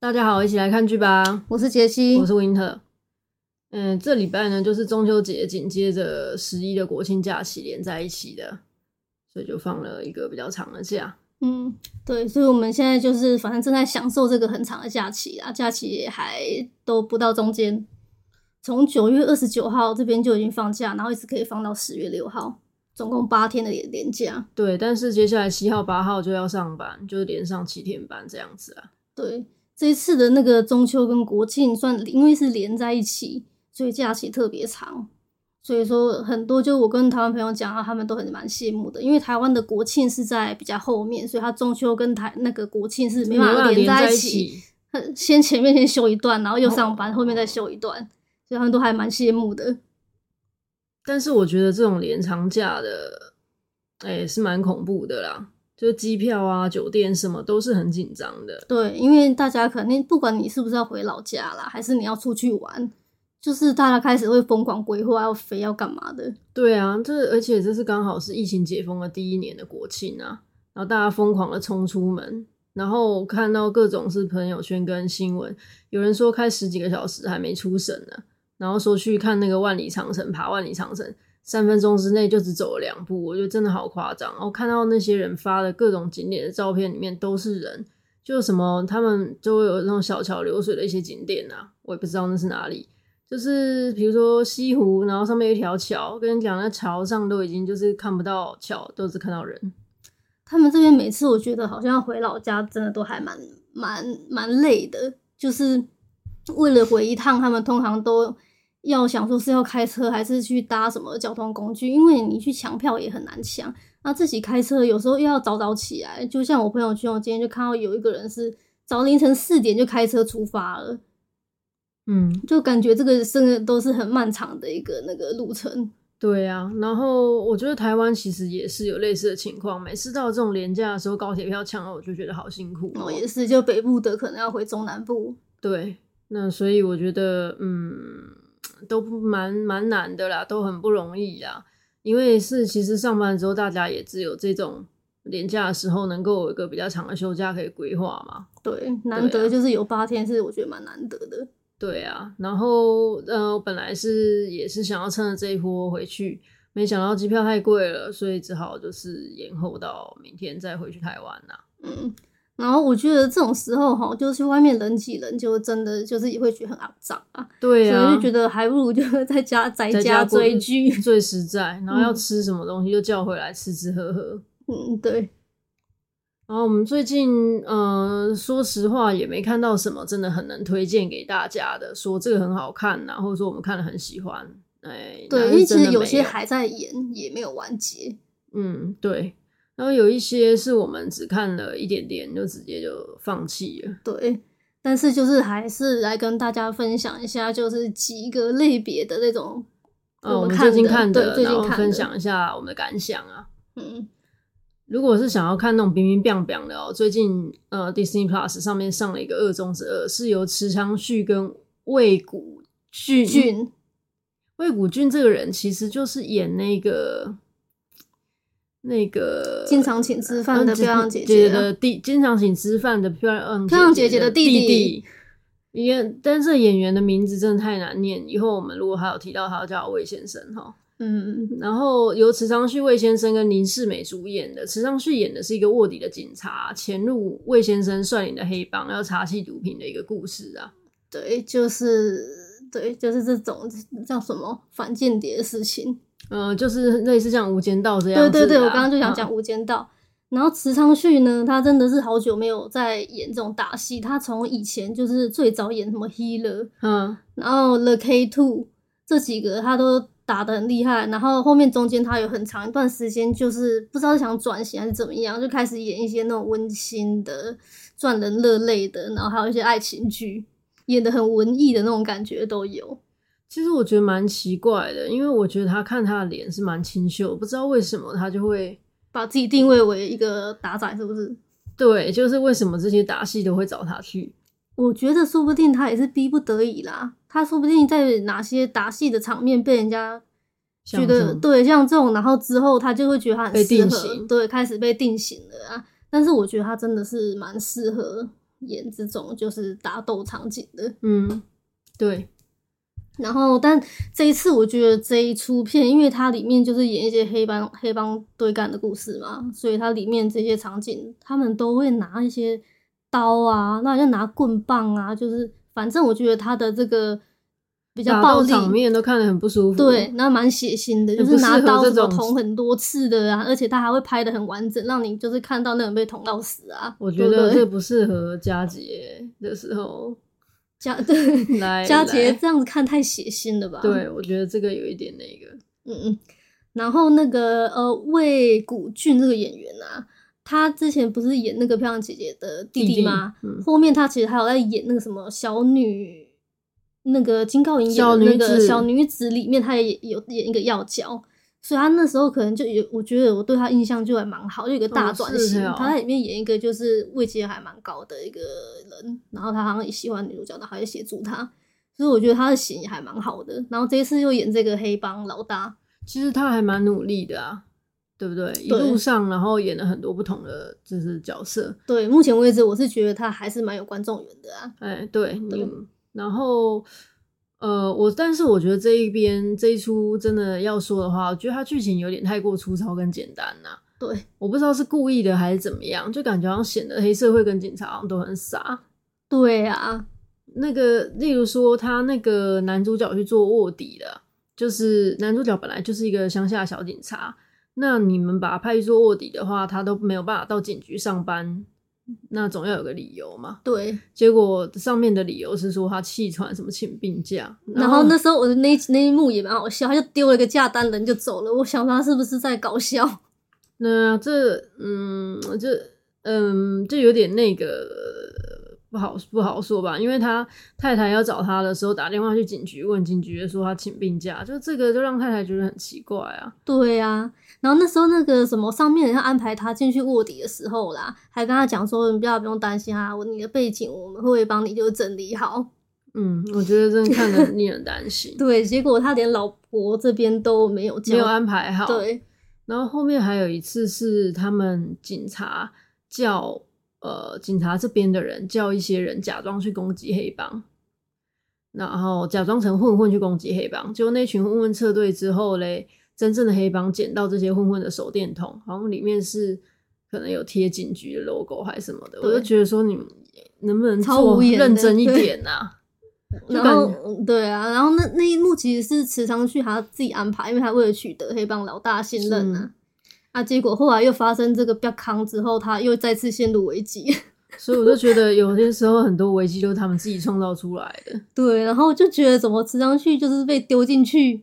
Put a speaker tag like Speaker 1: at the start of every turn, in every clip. Speaker 1: 大家好，一起来看剧吧！
Speaker 2: 我是杰西
Speaker 1: 我，是 Winter。嗯，这礼拜呢就是中秋节，紧接着十一的国庆假期连在一起的，所以就放了一个比较长的假。
Speaker 2: 嗯，对，所以我们现在就是反正正在享受这个很长的假期啊，假期也还都不到中间，从九月二十九号这边就已经放假，然后一直可以放到十月六号，总共八天的连连假。
Speaker 1: 对，但是接下来七号、八号就要上班，就是连上七天班这样子啊。
Speaker 2: 对，这一次的那个中秋跟国庆算因为是连在一起，所以假期特别长。所以说很多就我跟台湾朋友讲啊，他们都很蛮羡慕的，因为台湾的国庆是在比较后面，所以它中秋跟台那个国庆是没办法连在
Speaker 1: 在
Speaker 2: 一起。， 先前面先休一段，然后又上班，后面再休一段，所以他们都还蛮羡慕的。
Speaker 1: 但是我觉得这种连长假的，哎、是蛮恐怖的啦。就是机票啊、酒店什么都是很紧张的。
Speaker 2: 对，因为大家肯定不管你是不是要回老家啦，还是你要出去玩，就是大家开始会疯狂规划要飞要干嘛的。
Speaker 1: 对啊，这而且这是刚好是疫情解封的第一年的国庆啊，然后大家疯狂的冲出门，然后看到各种是朋友圈跟新闻，有人说开十几个小时还没出省呢、然后说去看那个万里长城，爬万里长城，三分钟之内就只走了两步，我觉得真的好夸张。然后看到那些人发的各种景点的照片，里面都是人，就什么他们就会有那种小桥流水的一些景点啊，我也不知道那是哪里。就是比如说西湖，然后上面有一条桥，跟你讲，那桥上都已经就是看不到桥，都只看到人。
Speaker 2: 他们这边每次我觉得好像回老家真的都还蛮蛮蛮累的，就是为了回一趟，他们通常都要想说是要开车还是去搭什么交通工具，因为你去抢票也很难抢。那自己开车有时候又要早早起来，就像我朋友圈，我今天就看到有一个人是早凌晨四点就开车出发了，
Speaker 1: 嗯，
Speaker 2: 就感觉这个真的都是很漫长的一个那个路程。
Speaker 1: 对啊。然后我觉得台湾其实也是有类似的情况，每次到这种廉价的时候，高铁票抢了，我就觉得好辛苦、哦
Speaker 2: 我也是，就北部的可能要回中南部，
Speaker 1: 对，那所以我觉得，嗯，都不蛮蛮难的啦，都很不容易啦。因为是其实上班之后，大家也只有这种廉价的时候，能够有一个比较长的休假可以规划嘛。
Speaker 2: 对，难得就是有八天是我觉得蛮难得的。
Speaker 1: 对啊，然后呃，我本来是也是想要趁着这一波回去，没想到机票太贵了，所以只好就是延后到明天再回去台湾啦、
Speaker 2: 嗯，然后我觉得这种时候哈，就是去外面人挤人，就真的就是也会觉得很肮脏啊，
Speaker 1: 对
Speaker 2: 所
Speaker 1: 啊，
Speaker 2: 以就觉得还不如就在家宅
Speaker 1: 在家过
Speaker 2: 追剧。
Speaker 1: 啊最实在，然后要
Speaker 2: 嗯
Speaker 1: 吃什么东西就叫回来吃吃喝喝。
Speaker 2: 嗯，对，
Speaker 1: 然后我们最近，呃，说实话也没看到什么真的很能推荐给大家的，说这个很好看呐、或者说我们看了很喜欢，哎，
Speaker 2: 对，
Speaker 1: 但
Speaker 2: 因为
Speaker 1: 是
Speaker 2: 其
Speaker 1: 真
Speaker 2: 实
Speaker 1: 的
Speaker 2: 有
Speaker 1: 没
Speaker 2: 些还在演，也没有完结。
Speaker 1: 嗯，对。然后有一些是我们只看了一点点，就直接就放弃了。
Speaker 2: 对，但是就是还是来跟大家分享一下，就是几个类别的那种
Speaker 1: 嗯，我
Speaker 2: 们
Speaker 1: 们
Speaker 2: 看
Speaker 1: 最近
Speaker 2: 的
Speaker 1: 看
Speaker 2: 对，最
Speaker 1: 然
Speaker 2: 近
Speaker 1: 后
Speaker 2: 看的
Speaker 1: 分。享一下我们的感想啊。
Speaker 2: 嗯，
Speaker 1: 如果是想要看那种冰冰冰冰的哦，最近呃 Disney Plus 上面上了一个《恶中之恶》，是由池昌旭跟魏谷俊
Speaker 2: 俊，
Speaker 1: 魏谷俊这个人其实就是演那个那个
Speaker 2: 经常请吃饭的
Speaker 1: 嗯
Speaker 2: 漂亮姐
Speaker 1: 姐
Speaker 2: 姐啊
Speaker 1: 的弟，经常请吃饭的漂亮嗯
Speaker 2: 漂亮
Speaker 1: 姐
Speaker 2: 姐姐的
Speaker 1: 弟
Speaker 2: 弟
Speaker 1: 弟。演，但是演员的名字真的太难念，以后我们如果还有提到他，叫他魏先生哈。
Speaker 2: 嗯，
Speaker 1: 然后由池昌旭、魏先生跟林世美主演的。池昌旭演的是一个卧底的警察，潜入魏先生率领的黑帮，要查缉毒品的一个故事啊。
Speaker 2: 对，就是对，就是这种叫什么反间谍的事情。
Speaker 1: 嗯、就是类似像《无间道》这样
Speaker 2: 对
Speaker 1: 子的啊、
Speaker 2: 对对，我刚刚就想
Speaker 1: 嗯
Speaker 2: 讲《无间道》然后池昌旭呢，他真的是好久没有在演这种大戏。他从以前就是最早演什么《Healer》，
Speaker 1: 嗯
Speaker 2: 然后《The K Two》这几个他都打得很厉害。然后后面中间他有很长一段时间，就是不知道是想转型还是怎么样，就开始演一些那种温馨的、赚人热泪的，然后还有一些爱情剧，演的很文艺的那种感觉都有。
Speaker 1: 其实我觉得蛮奇怪的，因为我觉得他看他的脸是蛮清秀，不知道为什么他就会
Speaker 2: 把自己定位为一个打仔，是不是？
Speaker 1: 对，就是为什么这些打戏都会找他去。
Speaker 2: 我觉得说不定他也是逼不得已啦，他说不定在哪些打戏的场面被人家
Speaker 1: 像
Speaker 2: 觉得
Speaker 1: 这种
Speaker 2: 对像这种，然后之后他就会觉得他很
Speaker 1: 被
Speaker 2: 适
Speaker 1: 定
Speaker 2: 合
Speaker 1: 型，
Speaker 2: 对，开始被定型了啊。但是我觉得他真的是蛮适合演这种就是打斗场景的。
Speaker 1: 嗯，对，
Speaker 2: 然后，但这一次我觉得这一出片，因为它里面就是演一些黑帮黑帮对干的故事嘛，所以它里面这些场景，他们都会拿一些刀啊，那就拿棍棒啊，就是反正我觉得他的这个比较
Speaker 1: 打
Speaker 2: 暴
Speaker 1: 斗
Speaker 2: 力，
Speaker 1: 场面都看得很不舒服。
Speaker 2: 对，，那蛮血腥的，就
Speaker 1: 很
Speaker 2: 是
Speaker 1: 不
Speaker 2: 拿
Speaker 1: 适合
Speaker 2: 刀
Speaker 1: 这
Speaker 2: 什么
Speaker 1: 种
Speaker 2: 捅很多次的啊，而且他还会拍的很完整，让你就是看到那人被捅到死啊。
Speaker 1: 我觉
Speaker 2: 对不
Speaker 1: 得
Speaker 2: 对
Speaker 1: 这不适合佳节的时候
Speaker 2: 佳 对
Speaker 1: 来
Speaker 2: 佳节
Speaker 1: 来
Speaker 2: 这样子看太血腥了吧？
Speaker 1: 对，我觉得这个有一点那个，
Speaker 2: 嗯，嗯，然后那个呃魏古俊这个演员啊，他之前不是演那个漂亮姐姐的弟
Speaker 1: 弟
Speaker 2: 弟
Speaker 1: 弟
Speaker 2: 吗？
Speaker 1: 嗯
Speaker 2: 后面他其实还有在演那个什么小女，那个金高银演
Speaker 1: 小
Speaker 2: 的
Speaker 1: 女
Speaker 2: 那个
Speaker 1: 子
Speaker 2: 小女子里面，他也有演一个要角。所以他那时候可能就有，我觉得我对他印象就还蛮好，就有一个大
Speaker 1: 哦
Speaker 2: 转
Speaker 1: 是
Speaker 2: 型。
Speaker 1: 哦
Speaker 2: 他在里面演一个就是位阶还蛮高的一个人，然后他好像也喜欢女主角，然后也协助她，所以我觉得他的型也还蛮好的。然后这一次又演这个黑帮老大，
Speaker 1: 其实他还蛮努力的啊，对不对？一
Speaker 2: 对
Speaker 1: 路上然后演了很多不同的就是角色，
Speaker 2: 对，目前为止我是觉得他还是蛮有观众缘的啊。
Speaker 1: 哎，对，
Speaker 2: 对
Speaker 1: 嗯，然后呃，我但是我觉得这一边这一出真的要说的话，我觉得它剧情有点太过粗糙跟简单啦、
Speaker 2: 对，
Speaker 1: 我不知道是故意的还是怎么样，就感觉好像显得黑社会跟警察好像都很傻。
Speaker 2: 对啊，
Speaker 1: 那个，例如说他那个男主角去做卧底的，就是男主角本来就是一个乡下小警察，那你们把他派去做卧底的话，他都没有办法到警局上班，那总要有个理由嘛。
Speaker 2: 对。
Speaker 1: 结果上面的理由是说他气喘，什么请病假，
Speaker 2: 然后那时候我的那一那一幕也蛮好笑，他就丢了一个假单，人就走了。我想说他是不是在搞笑？
Speaker 1: 那这嗯这嗯这有点那个不好不好说吧，因为他太太要找他的时候打电话去警局问，警局的说他请病假，就这个就让太太觉得很奇怪啊。
Speaker 2: 对啊。然后那时候那个什么上面人要安排他进去卧底的时候啦，还跟他讲说你不要不用担心啊，我你的背景我们会帮你就是整理好。
Speaker 1: 嗯，我觉得真的看得 很令人担心，
Speaker 2: 对，结果他连老婆这边都没有交，
Speaker 1: 没有安排好。，
Speaker 2: 对
Speaker 1: 然后后面还有一次是他们警察叫呃警察这边的人叫一些人假装去攻击黑帮，然后假装成混混去攻击黑帮，结果那群混混撤退之后嘞，真正的黑帮捡到这些混混的手电筒，好像里面是可能有贴警局的 logo 还是什么的，我
Speaker 2: 对
Speaker 1: 就觉得说你们能不能
Speaker 2: 超无
Speaker 1: 做
Speaker 2: 言的
Speaker 1: 认真一
Speaker 2: 对
Speaker 1: 点啊？就
Speaker 2: 然
Speaker 1: 感
Speaker 2: 后对啊，然后那那一幕其实是池昌旭他自己安排，因为他为了取得黑帮老大信任啊。啊，结果后来又发生这个不康之后，他又再次陷入危机。
Speaker 1: 所以我就觉得有些时候很多危机都是他们自己创造出来的。
Speaker 2: 对，然后就觉得怎么池昌旭就是被丢进去，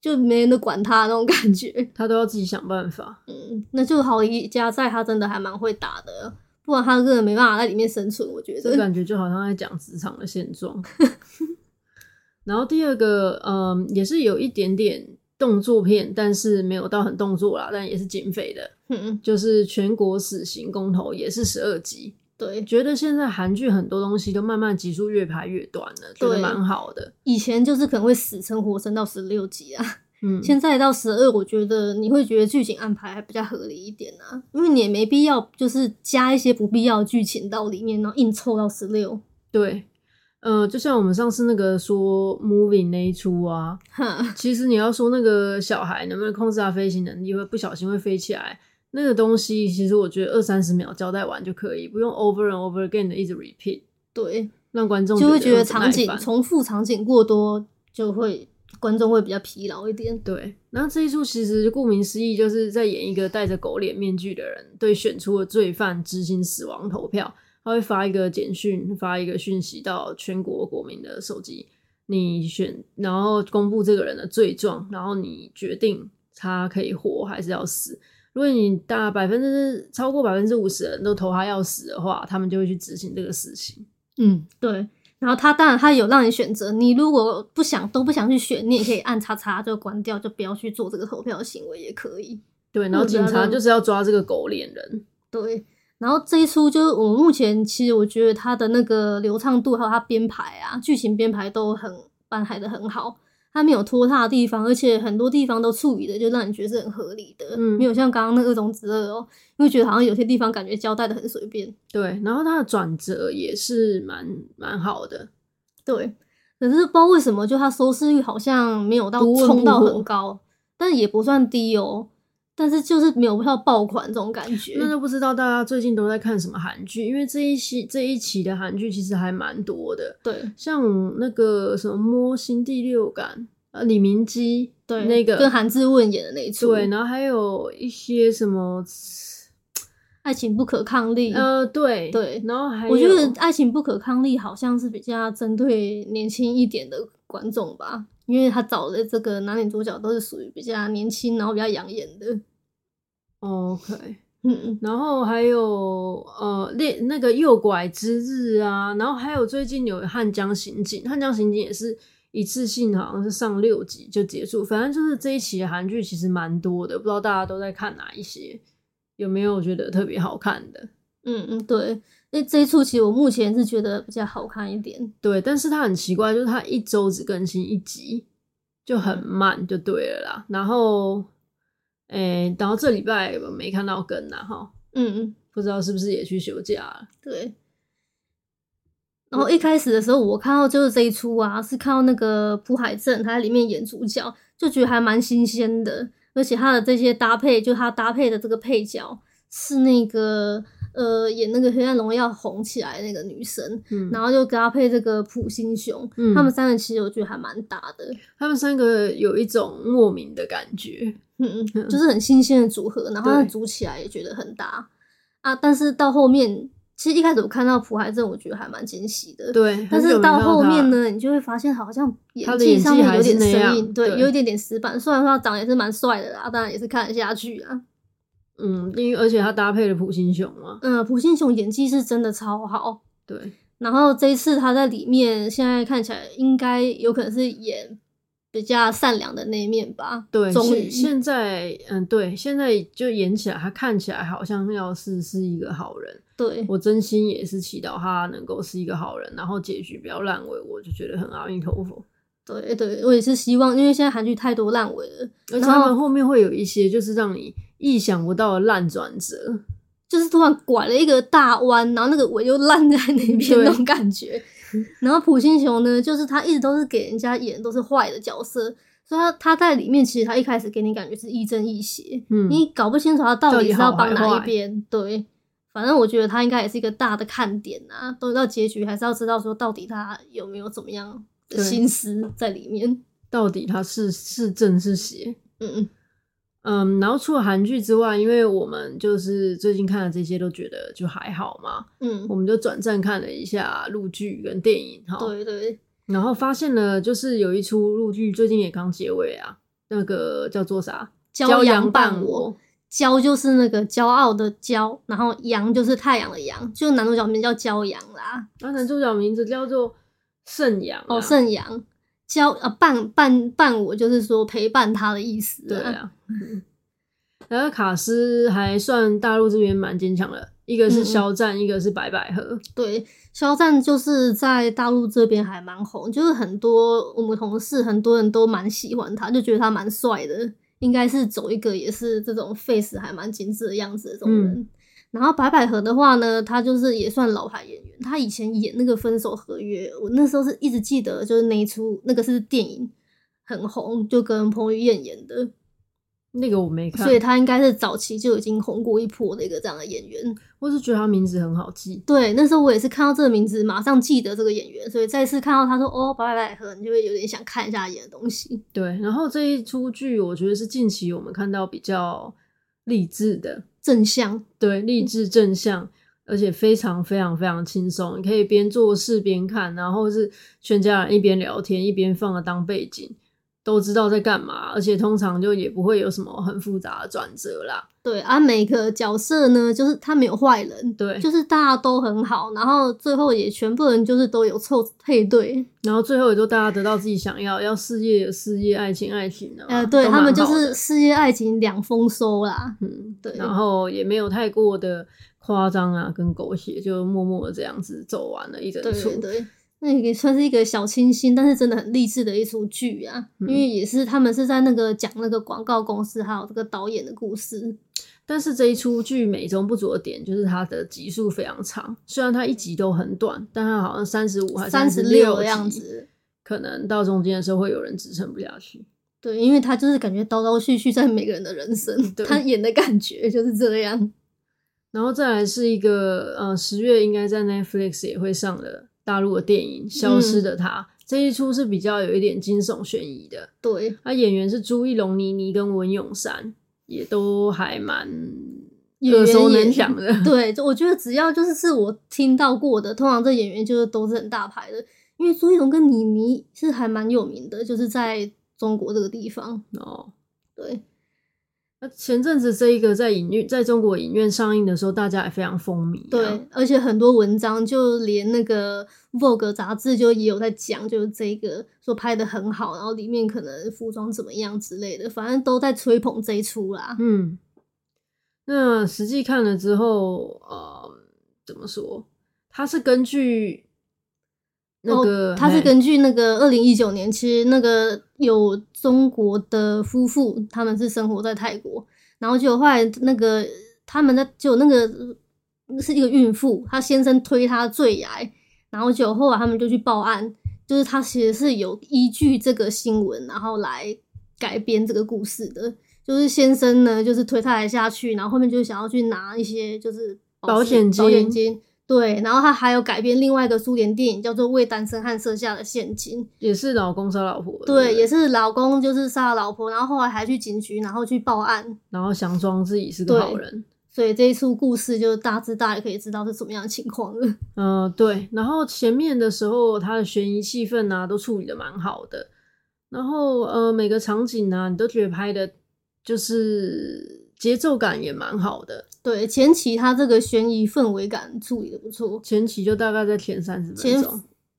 Speaker 2: 就没人都管他那种感觉。
Speaker 1: 他都要自己想办法，
Speaker 2: 嗯，那就好一加在他真的还蛮会打的，不然他真的没办法在里面生存。我觉
Speaker 1: 这
Speaker 2: 得，
Speaker 1: 感觉就好像在讲职场的现状。 然后第二个，嗯，也是有一点点动作片，但是没有到很动作啦，但也是警匪的，
Speaker 2: 嗯，
Speaker 1: 就是全国死刑公投，也是十二集。
Speaker 2: 对，
Speaker 1: 觉得现在韩剧很多东西都慢慢集数越排越短了，觉得
Speaker 2: 对
Speaker 1: 蛮好的。
Speaker 2: 以前就是可能会死撑活撑到十六集啊。
Speaker 1: 嗯，
Speaker 2: 现在到十二，我觉得你会觉得剧情安排还比较合理一点啊，因为你也没必要就是加一些不必要的剧情到里面，然后硬凑到十六。
Speaker 1: 对，呃，就像我们上次那个说 Moving 那一出啊，
Speaker 2: 哈，
Speaker 1: 其实你要说那个小孩能不能控制他飞行能力，会不小心会飞起来，那个东西其实我觉得二三十秒交代完就可以，不用 over and over again 的一直 repeat，
Speaker 2: 对，
Speaker 1: 让观众
Speaker 2: 就会
Speaker 1: 觉
Speaker 2: 觉
Speaker 1: 得嗯很
Speaker 2: 得
Speaker 1: 不
Speaker 2: 场
Speaker 1: 耐
Speaker 2: 景
Speaker 1: 烦
Speaker 2: 重复场景过多，就会观众会比较疲劳一点。
Speaker 1: 对。然后这一出其实顾名思义就是在演一个戴着狗脸面具的人对选出的罪犯执行死亡投票，他会发一个简讯，发一个讯息到全国国民的手机，你选，然后公布这个人的罪状，然后你决定他可以活还是要死。如果你大百分之超过百分之五十的人都投他要死的话，他们就会去执行这个事情。
Speaker 2: 嗯，对。然后他当然他有让你选择，你如果不想都不想去选，你也可以按叉叉就关掉，就不要去做这个投票行为也可以。
Speaker 1: 对，然后
Speaker 2: 我觉
Speaker 1: 警
Speaker 2: 得
Speaker 1: 察就是要抓这个狗脸人。
Speaker 2: 对，然后这一出就是我目前其实我觉得它的那个流畅度还有它编排啊，剧情编排都很安排的很好。它没有拖沓的地方，而且很多地方都处理的就让你觉得是很合理的，
Speaker 1: 嗯
Speaker 2: 没有像刚刚那二中之二哦，因为觉得好像有些地方感觉交代的很随便。
Speaker 1: 对，然后它的转折也是蛮蛮好的，
Speaker 2: 对，可是不知道为什么，就它收视率好像没有到
Speaker 1: 不温
Speaker 2: 冲
Speaker 1: 不
Speaker 2: 到
Speaker 1: 火
Speaker 2: 很高，但也不算低哦，但是就是没有到爆款这种感觉。
Speaker 1: 那就不知道大家最近都在看什么韩剧，因为这一期这一期的韩剧其实还蛮多的，
Speaker 2: 对
Speaker 1: 像那个什么《摸心第六感》呃，李明基
Speaker 2: 对，
Speaker 1: 那个
Speaker 2: 跟韩志问演的那一出，
Speaker 1: 对，然后还有一些什么
Speaker 2: 爱情不可抗力。
Speaker 1: 呃对
Speaker 2: 对
Speaker 1: 然后还有
Speaker 2: 我觉得《爱情不可抗力》好像是比较针对年轻一点的观众吧，因为他找的这个男女主角都是属于比较年轻，然后比较养眼的。
Speaker 1: 哦 OK，
Speaker 2: 嗯，
Speaker 1: 然后还有呃那那个诱拐之日啊，然后还有最近有汉江刑警，汉江刑警也是。一次性好像是上六集就结束，反正就是这一期的韩剧其实蛮多的，不知道大家都在看哪一些，有没有觉得特别好看的？
Speaker 2: 嗯嗯，对。那这一出其实我目前是觉得比较好看一点。
Speaker 1: 对，但是它很奇怪，就是它一周只更新一集，就很慢，就对了啦。然后，诶、然后这礼拜我没看到更啦，哈，
Speaker 2: 嗯嗯，
Speaker 1: 不知道是不是也去休假了？
Speaker 2: 对。然后
Speaker 1: 嗯
Speaker 2: 一开始的时候，我看到就是这一出啊，是看到那个朴海镇他在里面演主角，就觉得还蛮新鲜的。而且他的这些搭配，就他搭配的这个配角是那个呃演那个《黑暗荣耀》红起来的那个女生，
Speaker 1: 嗯，
Speaker 2: 然后就搭配这个朴星雄，
Speaker 1: 嗯
Speaker 2: 他们三人其实我觉得还蛮搭的，
Speaker 1: 他们三个有一种莫名的感觉，
Speaker 2: 嗯，嗯，就是很新鲜的组合，然后它
Speaker 1: 对
Speaker 2: 组起来也觉得很搭啊。但是到后面，其实一开始我看到朴海镇，我觉得还蛮惊喜的，
Speaker 1: 对。
Speaker 2: 但
Speaker 1: 很久
Speaker 2: 是
Speaker 1: 没
Speaker 2: 到
Speaker 1: 看
Speaker 2: 后面
Speaker 1: 他了？
Speaker 2: 呢，你就会发现好像
Speaker 1: 啊他
Speaker 2: 演
Speaker 1: 的演
Speaker 2: 技
Speaker 1: 技
Speaker 2: 上面
Speaker 1: 还
Speaker 2: 有
Speaker 1: 是
Speaker 2: 点
Speaker 1: 那
Speaker 2: 生
Speaker 1: 样
Speaker 2: 硬，对，
Speaker 1: 对
Speaker 2: 有一点点死板。虽然说他长得也是蛮帅的啦，当然也是看得下去啊。
Speaker 1: 嗯，因为而且他搭配了普星雄嘛，
Speaker 2: 嗯，朴信雄演技是真的超好。
Speaker 1: 对，
Speaker 2: 然后这一次他在里面，现在看起来应该有可能是演比较善良的那一面吧。
Speaker 1: 对，
Speaker 2: 终
Speaker 1: 现
Speaker 2: 于
Speaker 1: 现在，嗯，对，现在就演起来，他看起来好像要是是一个好人，
Speaker 2: 对，
Speaker 1: 我真心也是祈祷他能够是一个好人，然后结局不要烂尾，我就觉得很阿弥陀佛。
Speaker 2: 对对，我也是希望，因为现在韩剧太多烂尾了，
Speaker 1: 而且他们后面会有一些就是让你意想不到的烂转折，
Speaker 2: 就是突然拐了一个大弯，然后那个尾就烂在那边
Speaker 1: 对
Speaker 2: 那种感觉。然后普信雄呢，就是他一直都是给人家演都是坏的角色，所以他他在里面其实他一开始给你感觉是亦正亦邪，
Speaker 1: 嗯，
Speaker 2: 你搞不清楚他到
Speaker 1: 到底
Speaker 2: 底是要
Speaker 1: 好
Speaker 2: 帮
Speaker 1: 还
Speaker 2: 哪一
Speaker 1: 坏
Speaker 2: 边。对，反正我觉得他应该也是一个大的看点啊，都到结局还是要知道说到底他有没有怎么样的
Speaker 1: 对
Speaker 2: 心思在里面。
Speaker 1: 到底他是是正是邪？
Speaker 2: 嗯嗯，
Speaker 1: 嗯，然后除了韩剧之外，因为我们就是最近看的这些都觉得就还好嘛，
Speaker 2: 嗯
Speaker 1: 我，们就转战看了一下陆剧跟电影哈，
Speaker 2: 对对，
Speaker 1: 然后发现了就是有一出陆剧最近也刚结尾啊，那个叫做啥？
Speaker 2: 骄阳
Speaker 1: 伴
Speaker 2: 伴我。，骄就是那个骄傲的骄，然后阳就是太阳的阳，就男主角名叫骄阳啦，
Speaker 1: 那男主角名字叫做盛阳、啊
Speaker 2: 哦，盛阳，骄啊伴伴伴我就是说陪伴他的意思、
Speaker 1: 对，啊，嗯然后卡斯还算大陆这边蛮坚强的，一个
Speaker 2: 嗯
Speaker 1: 是
Speaker 2: 嗯
Speaker 1: 肖战，一个是白百合，
Speaker 2: 对，肖战就是在大陆这边还蛮红，就是很多我们同事很多人都蛮喜欢他，就觉得他蛮帅的，应该是走一个也是这种 face 还蛮精致的样子的这种人。然后白百合的话呢，她就是也算老牌演员，她以前演那个《分手合约》，我那时候是一直记得，就是那一出那个是电影很红，就跟彭于晏演的，
Speaker 1: 那个我没看
Speaker 2: 所，以她应该是早期就已经红过一波的一个这样的演员。
Speaker 1: 我是觉得他名字很好记。
Speaker 2: 对，那时候我也是看到这个名字，马上记得这个演员，所以再次看到他说哦，白百合，你就会有点想看一下他演的东西。
Speaker 1: 对，然后这一出剧我觉得是近期我们看到比较励志的，
Speaker 2: 正向，
Speaker 1: 对，
Speaker 2: 嗯
Speaker 1: 励志正向，而且非常非常非常轻松，你可以边做事边看，然后是全家人一边聊天一边放了当背景，都知道在干嘛，而且通常就也不会有什么很复杂的转折啦。
Speaker 2: 对啊，每个角色呢，就是他没有坏人，
Speaker 1: 对，
Speaker 2: 就是大家都很好，然后最后也全部人就是都有凑配对，
Speaker 1: 然后最后也就大家得到自己想要，要事业有事业，爱情爱情的嘛，
Speaker 2: 呃，对
Speaker 1: 啊都
Speaker 2: 他
Speaker 1: 蛮
Speaker 2: 们就
Speaker 1: 好
Speaker 2: 是
Speaker 1: 的
Speaker 2: 事业爱情两丰收啦。
Speaker 1: 嗯，
Speaker 2: 对，
Speaker 1: 然后也没有太过的夸张啊，跟狗血，就默默的这样子走完了一整
Speaker 2: 对
Speaker 1: 出
Speaker 2: 对。对，那也算是一个小清新，但是真的很励志的一出剧啊。
Speaker 1: 嗯
Speaker 2: 因为也是他们是在那个讲那个广告公司还有这个导演的故事，
Speaker 1: 但是这一出剧美中不足的点就是它的集数非常长，虽然它一集都很短，但它好像三十五还
Speaker 2: 三
Speaker 1: 十
Speaker 2: 十六
Speaker 1: 六
Speaker 2: 的样，子。
Speaker 1: 可能到中间的时候会有人支撑不下去。
Speaker 2: 对，因为他就是感觉叨叨絮絮在每个人的人生，
Speaker 1: 对
Speaker 2: 他演的感觉就是这样。
Speaker 1: 然后再来是一个呃，十月应该在 Netflix 也会上的大陆的电影《消
Speaker 2: 嗯
Speaker 1: 失的她》这一出是比较有一点惊悚悬疑的，
Speaker 2: 对，
Speaker 1: 啊，演员是朱一龙、倪妮跟文咏珊，也都还蛮
Speaker 2: 演
Speaker 1: 耳
Speaker 2: 员
Speaker 1: 熟
Speaker 2: 也
Speaker 1: 能详的。
Speaker 2: 对，就我觉得只要就是是我听到过的，通常这演员就是都是很大牌的，因为朱一龙跟倪妮是还蛮有名的，就是在中国这个地方。
Speaker 1: 哦，
Speaker 2: 对，
Speaker 1: 那前阵子这一个在影院在中国影院上映的时候，大家也非常风靡、啊
Speaker 2: 对，，而且很多文章就连那个 Vogue 杂志就也有在讲，就是这个说拍的很好，然后里面可能服装怎么样之类的，反正都在吹捧这一出啦。
Speaker 1: 嗯，那实际看了之后，呃，怎么说？它是根据那个，哎
Speaker 2: 哦、它是
Speaker 1: 嘿
Speaker 2: 根据那个二零一九年，其实那个有中国的夫妇，他们是生活在泰国，然后就后来那个他们的就那个是一个孕妇，她先生推她坠崖，然后就后来他们就去报案，就是他其实是有依据这个新闻，然后来改编这个故事的。就是先生呢，就是推她下去，然后后面就想要去拿一些就是
Speaker 1: 保险金
Speaker 2: 保险金。对，然后他还有改编另外一个苏联电影，叫做《为单身汉设下的陷阱》。
Speaker 1: 也是老公杀老婆的，
Speaker 2: 对，也
Speaker 1: 是，
Speaker 2: 是老公就是杀了老婆，然后后来还去警局，然后去报案。
Speaker 1: 然后想装自己是个
Speaker 2: 对
Speaker 1: 好人。
Speaker 2: 所以这一出故事就大致大家可以知道是什么样的情况了。
Speaker 1: 嗯、对。然后前面的时候，它的悬疑气氛啊，都处理的蛮好的。然后呃，每个场景啊，你都觉得拍的，就是节奏感也蛮好的。
Speaker 2: 对，前期他这个悬疑氛围感处理的不错。
Speaker 1: 前期就大概在前三十分
Speaker 2: 前
Speaker 1: 钟，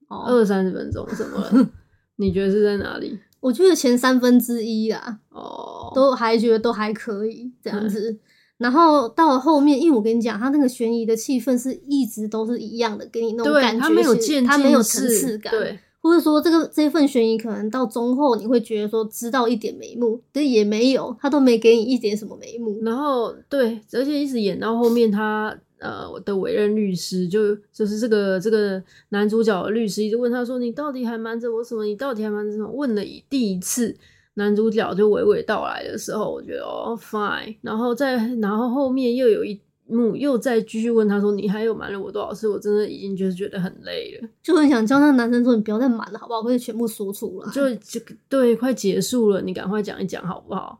Speaker 2: 哦，
Speaker 1: 二三十分钟，怎么了？ 你觉得是在哪里？
Speaker 2: 我觉得前三分之一啦，
Speaker 1: 哦，
Speaker 2: 都还觉得都还可以这样子。然后到了后面，因为我跟你讲，他那个悬疑的气氛是一直都是一样的，给你那种感
Speaker 1: 对，
Speaker 2: 觉
Speaker 1: 它
Speaker 2: 是，
Speaker 1: 没有渐进式，
Speaker 2: 它没有层次感，，
Speaker 1: 对，
Speaker 2: 或者说这个这份悬疑可能到中后你会觉得说知道一点眉目，但也没有，他都没给你一点什么眉目。
Speaker 1: 然后对，而且一直演到后面他，呃我的委任律师就就是这个这个男主角的律师一直问他说：“你到底还瞒着我什么？你到底还瞒着什么？”问了一第一次，男主角就娓娓道来的时候，我觉得哦 fine，然后再然后后面又有一幕又再继续问他说：“你还有瞒了我多少次？”我真的已经就是觉得很累了，
Speaker 2: 就很想叫那个男生说：“你不要再瞒了，好不好？”或者全部说出来。
Speaker 1: 就就对，快结束了，你赶快讲一讲好不好？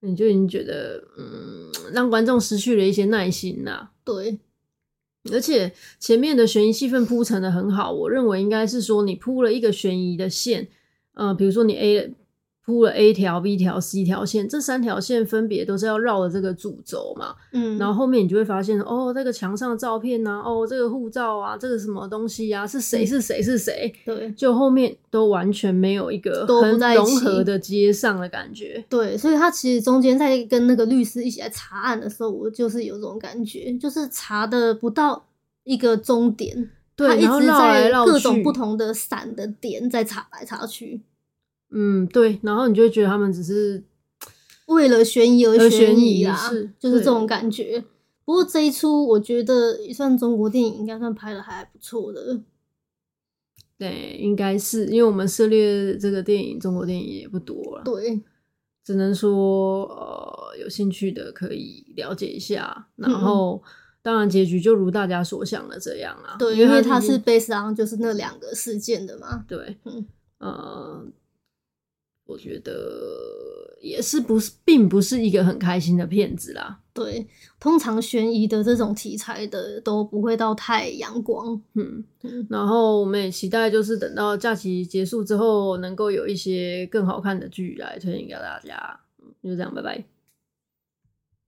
Speaker 1: 你就已经觉得，嗯，让观众失去了一些耐心啦、
Speaker 2: 对，
Speaker 1: 而且前面的悬疑气氛铺陈的很好，我认为应该是说你铺了一个悬疑的线，呃，比如说你 A 铺了 A 条、B 条、C 条线，这三条线分别都是要绕着这个主轴嘛，
Speaker 2: 嗯，
Speaker 1: 然后后面你就会发现，哦，这个墙上的照片呐、哦，这个护照啊，这个什么东西啊，是谁是谁是谁，
Speaker 2: 对
Speaker 1: 就后面都完全没有一个
Speaker 2: 都不
Speaker 1: 很
Speaker 2: 在一
Speaker 1: 融
Speaker 2: 起
Speaker 1: 合的接上的感觉，
Speaker 2: 对，所以他其实中间在跟那个律师一起来查案的时候，我就是有种感觉，就是查的不到一个终点，他
Speaker 1: 对，
Speaker 2: 一
Speaker 1: 然后
Speaker 2: 直
Speaker 1: 绕来
Speaker 2: 在
Speaker 1: 绕去，
Speaker 2: 各种不同的散的点在查来查去，
Speaker 1: 嗯，对，然后你就会觉得他们只是
Speaker 2: 为了悬疑而
Speaker 1: 而悬疑
Speaker 2: 疑啦，
Speaker 1: 是
Speaker 2: 就是
Speaker 1: 对
Speaker 2: 这种感觉。不过这一出我觉得也算中国电影应该算拍的还不错的，
Speaker 1: 对，应该是因为我们涉猎这个电影，中国电影也不多了，
Speaker 2: 对，
Speaker 1: 只能说呃，有兴趣的可以了解一下。然
Speaker 2: 嗯嗯
Speaker 1: 后，当然结局就如大家所想的这样啊，
Speaker 2: 对，因为它
Speaker 1: 毕竟
Speaker 2: 是 base on 就是那两个事件的嘛，
Speaker 1: 对，
Speaker 2: 嗯
Speaker 1: 呃，我觉得也是不是，并不是一个很开心的片子啦。
Speaker 2: 对，通常悬疑的这种题材的都不会到太阳光，
Speaker 1: 嗯
Speaker 2: 嗯，
Speaker 1: 然后我们也期待，就是等到假期结束之后，能够有一些更好看的剧来推荐给大家。嗯就这样，拜拜。